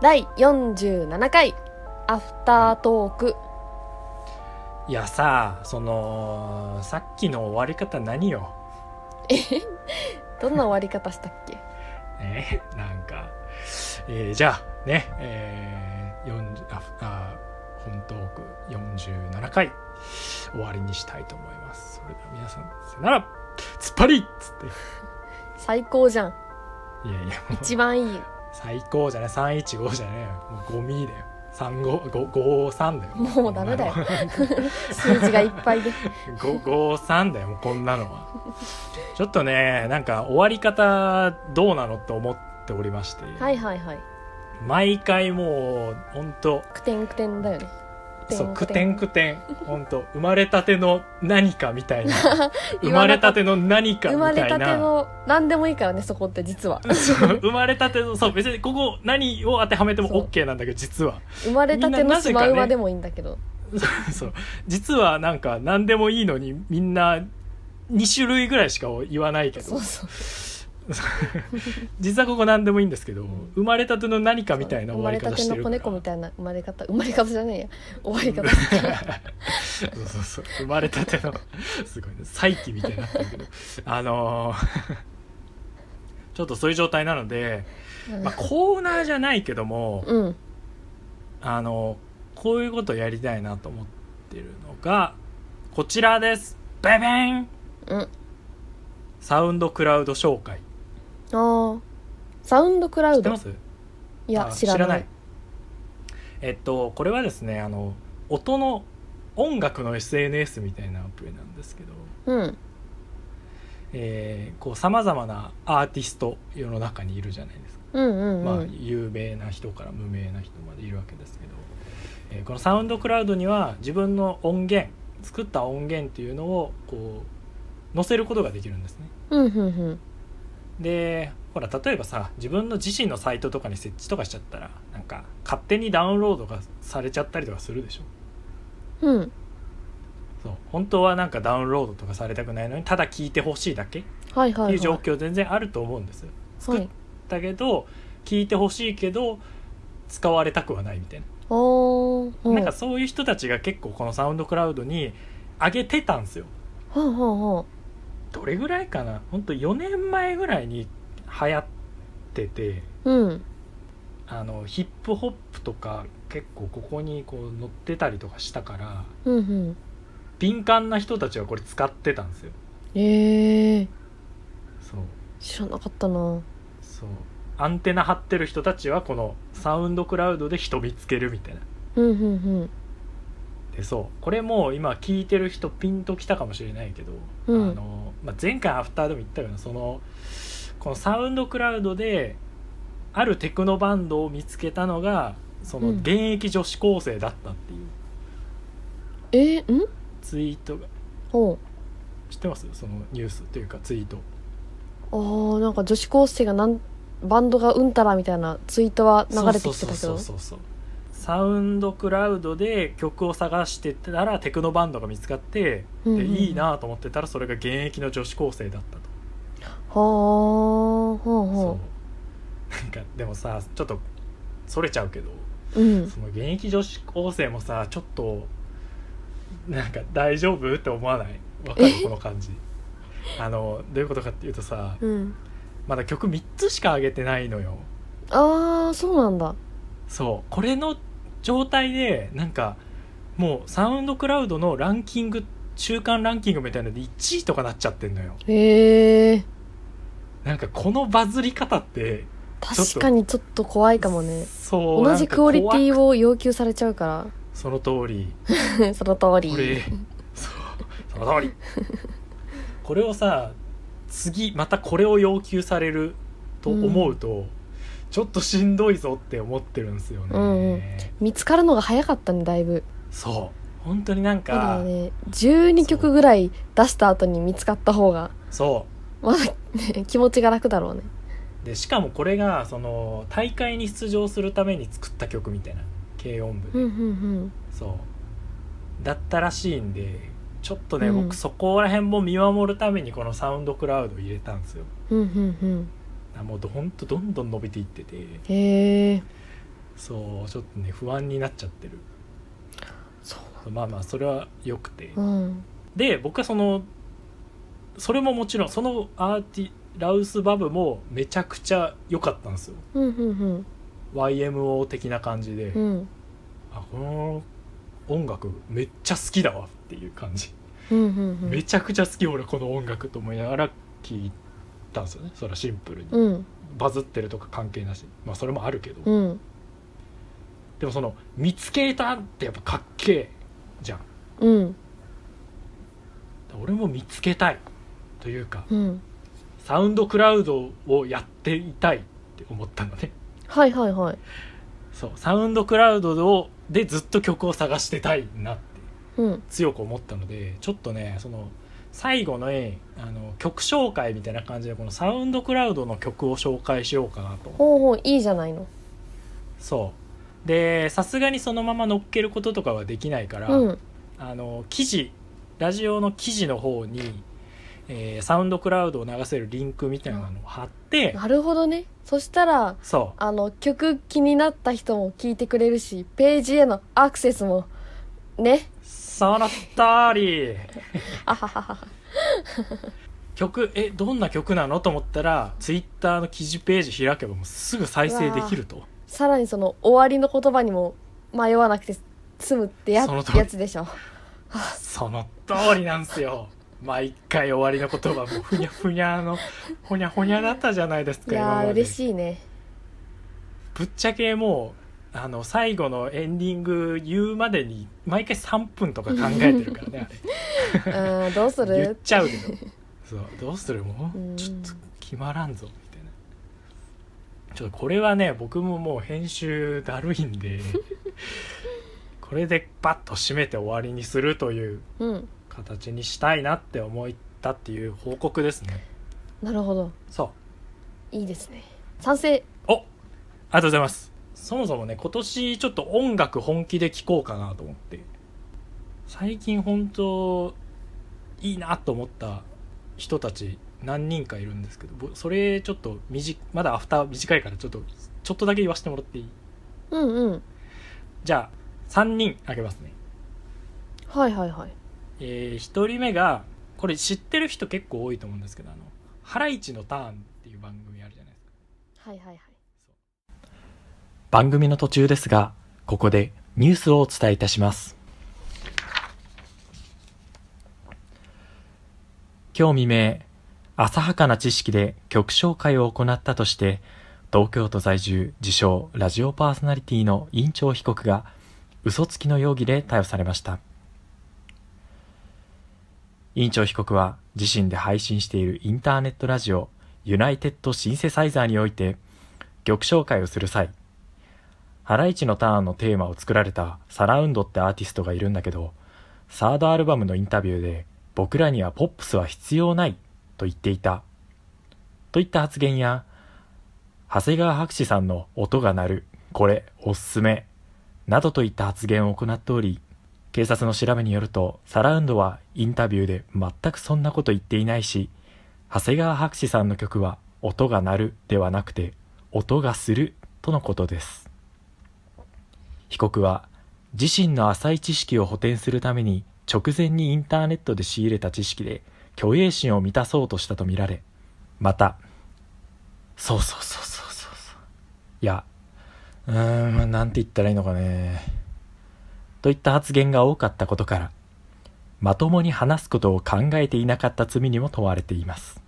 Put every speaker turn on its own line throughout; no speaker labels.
第47回アフタートーク
いやさそのさっきの終わり方何よ
どんな終わり方したっけ
ねなんか、えーじゃあねえー、40ああ本トーク47回終わりにしたいと思いますそれでは皆さんさよなら突っ張りっつって
最高じゃん
いやいやもう
一番いいよ
最高じゃない315じゃねえよもうゴミだよ353だよ
もうダメだよ数字がいっぱい で
553だよもうこんなのはちょっとねなんか終わり方どうなのって思っておりまして、
はいはいはい
毎回もうほんと
くてんくてんだよね
そう
く
く
て
て
ん
ん
く
くてんほんと生まれたての何かみ たいな生
言わな
まれ
かった
たての何か
生
み
ま
た
れ
い
たて
な
の何でもいいからねそこって実は
そう生まれたてのそう別にここ何を当てはめても
そう
OK なんだけど実は
生まれたて
みんな
の
なぜ
シ
か
マ
ね
ウマでもいいんだけど、
そう実はなんか何でもいいのにみんな2種類ぐらいしか言わないけ
そ
ど
うそう
実はここ何でもいいんですけど、
ん
生まれたての何かみたいな
生
終
ま
わ
れ
り
た
方
て
して
の
る
子
から
猫みたいな生まれ方生まれ方じゃねえや終わり 方
そうそうそう生まれたてのすごいね再起みたいになってるけどあのー ちょっとそういう状態なので、まあ、コーナーじゃないけども、
うん
あのーこういうことやりたいなと思ってるのがこちらですベベン
うん
サウンドクラウド紹介
ああサウンドクラ
知
ウ
って
ド
ます
いや
あ
知らない
えっとこれはですねあの音の音楽の SNS みたいなアプリなんですけど
うん
えーこうさまざまなアーティスト世の中にいるじゃないですか、
うんうんうん、
まあ、有名な人から無名な人までいるわけですけど、えーこのサウンドクラウドには自分の音源作った音源っていうのをこう載せることができるんですね
うんうんうん
でほら例えばさ自分の自身のサイトとかに設置とかしちゃったらなんか勝手にダウンロードがされちゃったりとかするでしょ
うん
そう本当はなんかダウンロードとかされたくないのにただ聞いてほしいだけっ
はいはい、は
て
い、
いう状況全然あると思うんですよ
はい
だけど聞いてほしいけど使われたくはないみたいな,、
おー
なんかそういう人たちが結構このサウンドクラウドに上げてたんですよ
ほうほうほ
どれぐらいかなほんと4年前ぐらいに流行ってて
ううん
あのヒップホップとか結構ここにこう乗ってたりとかしたから
うんうん
敏感な人たちはこれ使ってたんですよ
ええー、
そう
知らなかったな
そうアンテナ張ってる人たちはこのサウンドクラウドで人見つけるみたいな
うんうん
でそうこれもう今聞いてる人ピンときたかもしれないけど、
うん
あのまあ、前回アフターでも言ったようなそのこのサウンドクラウドであるテクノバンドを見つけたのがその
うん
現役女子高生だったっていう
えー、ん
ツイートが、
ほ
知ってますそのニュースというかツイート
うああなんか女子高生がなんバンドがうんたらみたいなツイートは流れてきてたけ
そ
ど
うそうそうそうそうサウンドクラウドで曲を探してたらテクノバンドが見つかって、
うんうん
でいいなと思ってたらそれが現役の女子高生だったと。
ほうほう
そ
ほ
う なんかでもさちょっとそれちゃうけど
ううん
その現役女子高生もさちょっとなんか大丈夫って思わないわかるこの感じあのどういうことかっていうとさ
うん
まだ曲3つしか上げてないのよ
ああそうなんだ
そうこれの状態でなんかもうサウンドクラウドのランキング中間ランキングみたいなので1位とかなっちゃってんのよ
ええー、
なんかこのバズり方ってと
確かにちょっと怖いかもね
そう
同じクオリテ
を
ィを要求されちゃうか
その通り
ら その通り
これそうその通りこれをさ次またこれを要求されると思うと、ちょっとしんどいぞって思ってるんですよね、
うんうん見つかるのが早かったねだいぶ
そう本当になん
まだ
か、
ね12曲ぐらい出した後に見つかった方が
そ
まだ、ね、 気持ちが楽だろうね
うでしかもこれがその大会に出場するために作った曲みたいな軽音部で、
うんうん
そうだったらしいんでちょっとね、
うん
僕そこら辺も見守るためにこのサウンドクラウドを入れたんですよ
うんうんうんうん
あもうどほんとどんどん伸びていってて
へえ
そうちょっとね不安になっちゃってる
そう
まあまあそれは良くて、
うん
で僕はそのそれももちろんそのアーティラウス・バブもめちゃくちゃ良かったんですよ
うんうん
YMO 的な感じで、
うんうん
あこの音楽めっちゃ好きだわっていう感じ、
うんうん
めちゃくちゃ好き俺この音楽と思いながら聞いたんですよねそれはシンプルに、
うん
バズってるとか関係なしまあそれもあるけど、
うん
でもその見つけたってやっぱかっけえじゃん
うん
俺も見つけたいというか
うん
サウンドクラウドをやっていたいって思ったのね
はいはいはい
そうサウンドクラウドをでずっと曲を探してたいなって
うん
強く思ったのでちょっとねその最後のねあの曲紹介みたいな感じでこのサウンドクラウドの曲を紹介しようかなと
ほうほういいじゃないの
そうでさすがにそのまま乗っけることとかはできないから、
うん
あの記事ラジオの記事の方に、えーサウンドクラウドを流せるリンクみたいなのを貼って、
なるほどねそしたら
そう
あの曲気になった人も聞いてくれるしページへのアクセスもね
その通り
あはははは
曲えどんな曲なのと思ったらツイッターの記事ページ開けばもうすぐ再生できると
さらにその終わりの言葉にも迷わなくて済むってや
その通り
やつでし ょ
その通りなんすよ毎回終わりの言葉もうふにゃふにゃのほにゃほにゃだったじゃないです
い
か
や
今
ー
まで
嬉しいね
ぶっちゃけもうあの最後のエンディング言うまでに毎回3分とか考えてるからねあれ
うんどうす
言っ
る
ちゃうけどそうどうするも
う
うんちょっと決まらんぞみたいなちょっとこれはね僕ももう編集だるいんでこれでバッと締めて終わりにするという
うん
形にしたいなって思ったっていう報告ですね
なるほど
そ
いいですね賛成
うおありがとうございますそもそもね今年ちょっと音楽本気で聴こうかなと思って最近本当いいなと思った人たち何人かいるんですけどぼそれちょっと短まだアフター短いからちょっとちょっとだけ言わせてもらっていい
うんうん
じゃあ3人あげますね
はいはいはい
えー、1人目がこれ知ってる人結構多いと思うんですけどあの「ハライチのターン」っていう番組あるじゃないですか
はいはいはい
番組の途中ですがここでニュースをお伝えいたします今日未明浅はかな知識で曲紹介を行ったとして東京都在住自称ラジオパーソナリティの院長被告が嘘つきの容疑で逮捕されました院長被告は自身で配信しているインターネットラジオユナイテッドシンセサイザーにおいて曲紹介をする際、ハライチのターンのテーマを作られたサラウンドってアーティストがいるんだけど、サードアルバムのインタビューで僕らにはポップスは必要ないと言っていた。といった発言や、長谷川博士さんの音が鳴る、これおすすめ、などといった発言を行っており、警察の調べによると、サラウンドはインタビューで全くそんなこと言っていないし、長谷川博士さんの曲は音が鳴るではなくて音がするとのことです被告は自身の浅い知識を補填するために直前にインターネットで仕入れた知識で虚栄心を満たそうとしたとみられまたそうそうそうそうそうそういやうーんなんて言ったらいいのかねといった発言が多かったことからまともに話すことを考えていなかった罪にも問われています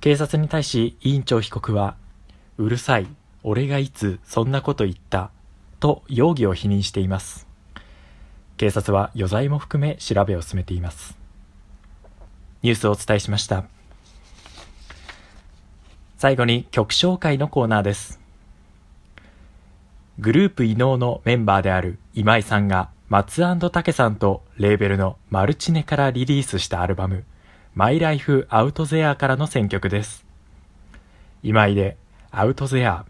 警察に対し委員長被告はうるさい俺がいつそんなこと言ったと容疑を否認しています警察は余罪も含め調べを進めていますニュースをお伝えしました最後に曲紹介のコーナーですグループ異能のメンバーである今井さんが松武さんとレーベルのマルチネからリリースしたアルバム「マイライフアウトゼアからの選曲です今井で「アウトゼア